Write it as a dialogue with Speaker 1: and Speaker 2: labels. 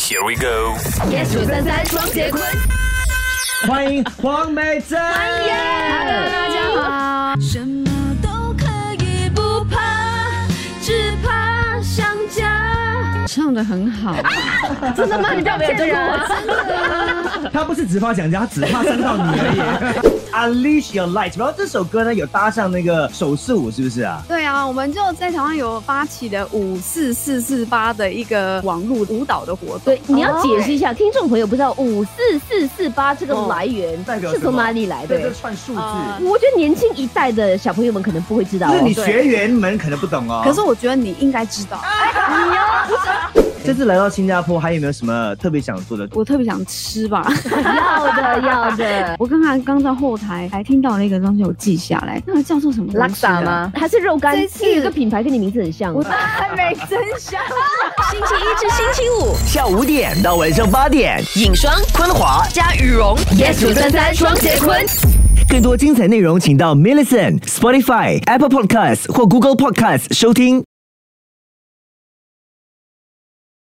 Speaker 1: Here we go。
Speaker 2: yes 九三三双节棍。
Speaker 3: 欢迎黄美珍。
Speaker 2: Hello，大家好。
Speaker 4: 什么都可以不怕，只怕想家。
Speaker 5: 唱的很好，
Speaker 2: 真的吗？你不要骗我。
Speaker 3: 他不是只怕蒋家，只怕伤到你而已。Unleash your light，然后这首歌呢有搭上那个手势舞，是不是啊？
Speaker 5: 对啊，我们就在台湾有发起的五四四四八的一个网络舞蹈的活动。
Speaker 2: 对，你要解释一下，听众朋友不知道五四四四八这个来源
Speaker 3: 代表
Speaker 2: 是
Speaker 3: 什么
Speaker 2: 从哪里来
Speaker 3: 对，这
Speaker 2: 的。
Speaker 3: 串数
Speaker 5: 啊
Speaker 3: 字，
Speaker 2: 我觉得年轻一代的小朋友们可能不会知道、
Speaker 3: 就是
Speaker 2: 哦
Speaker 3: 你。学员们可能不懂哦。
Speaker 5: 可是我觉得你应该知道，
Speaker 2: 啊
Speaker 3: 这次来到新加坡，还有没有什么特别想做的？
Speaker 5: 我特别想吃吧。
Speaker 2: 要的要 的
Speaker 5: 我刚才刚在后台还听到了一个东西，我记下来，那个叫做什么东西啊？？
Speaker 2: 还是肉干
Speaker 5: 这，次
Speaker 2: 因为有个品牌跟你名字很像。
Speaker 5: 还没真相。
Speaker 6: 星期一至星期五，
Speaker 7: 下午五点到晚上八点，
Speaker 6: 影霜、
Speaker 7: 昆华。
Speaker 6: 加羽绒，
Speaker 2: yes 九三三双节棍。
Speaker 7: 更多精彩内容，请到 Millison、Spotify、Apple Podcasts 或 Google Podcasts 收听。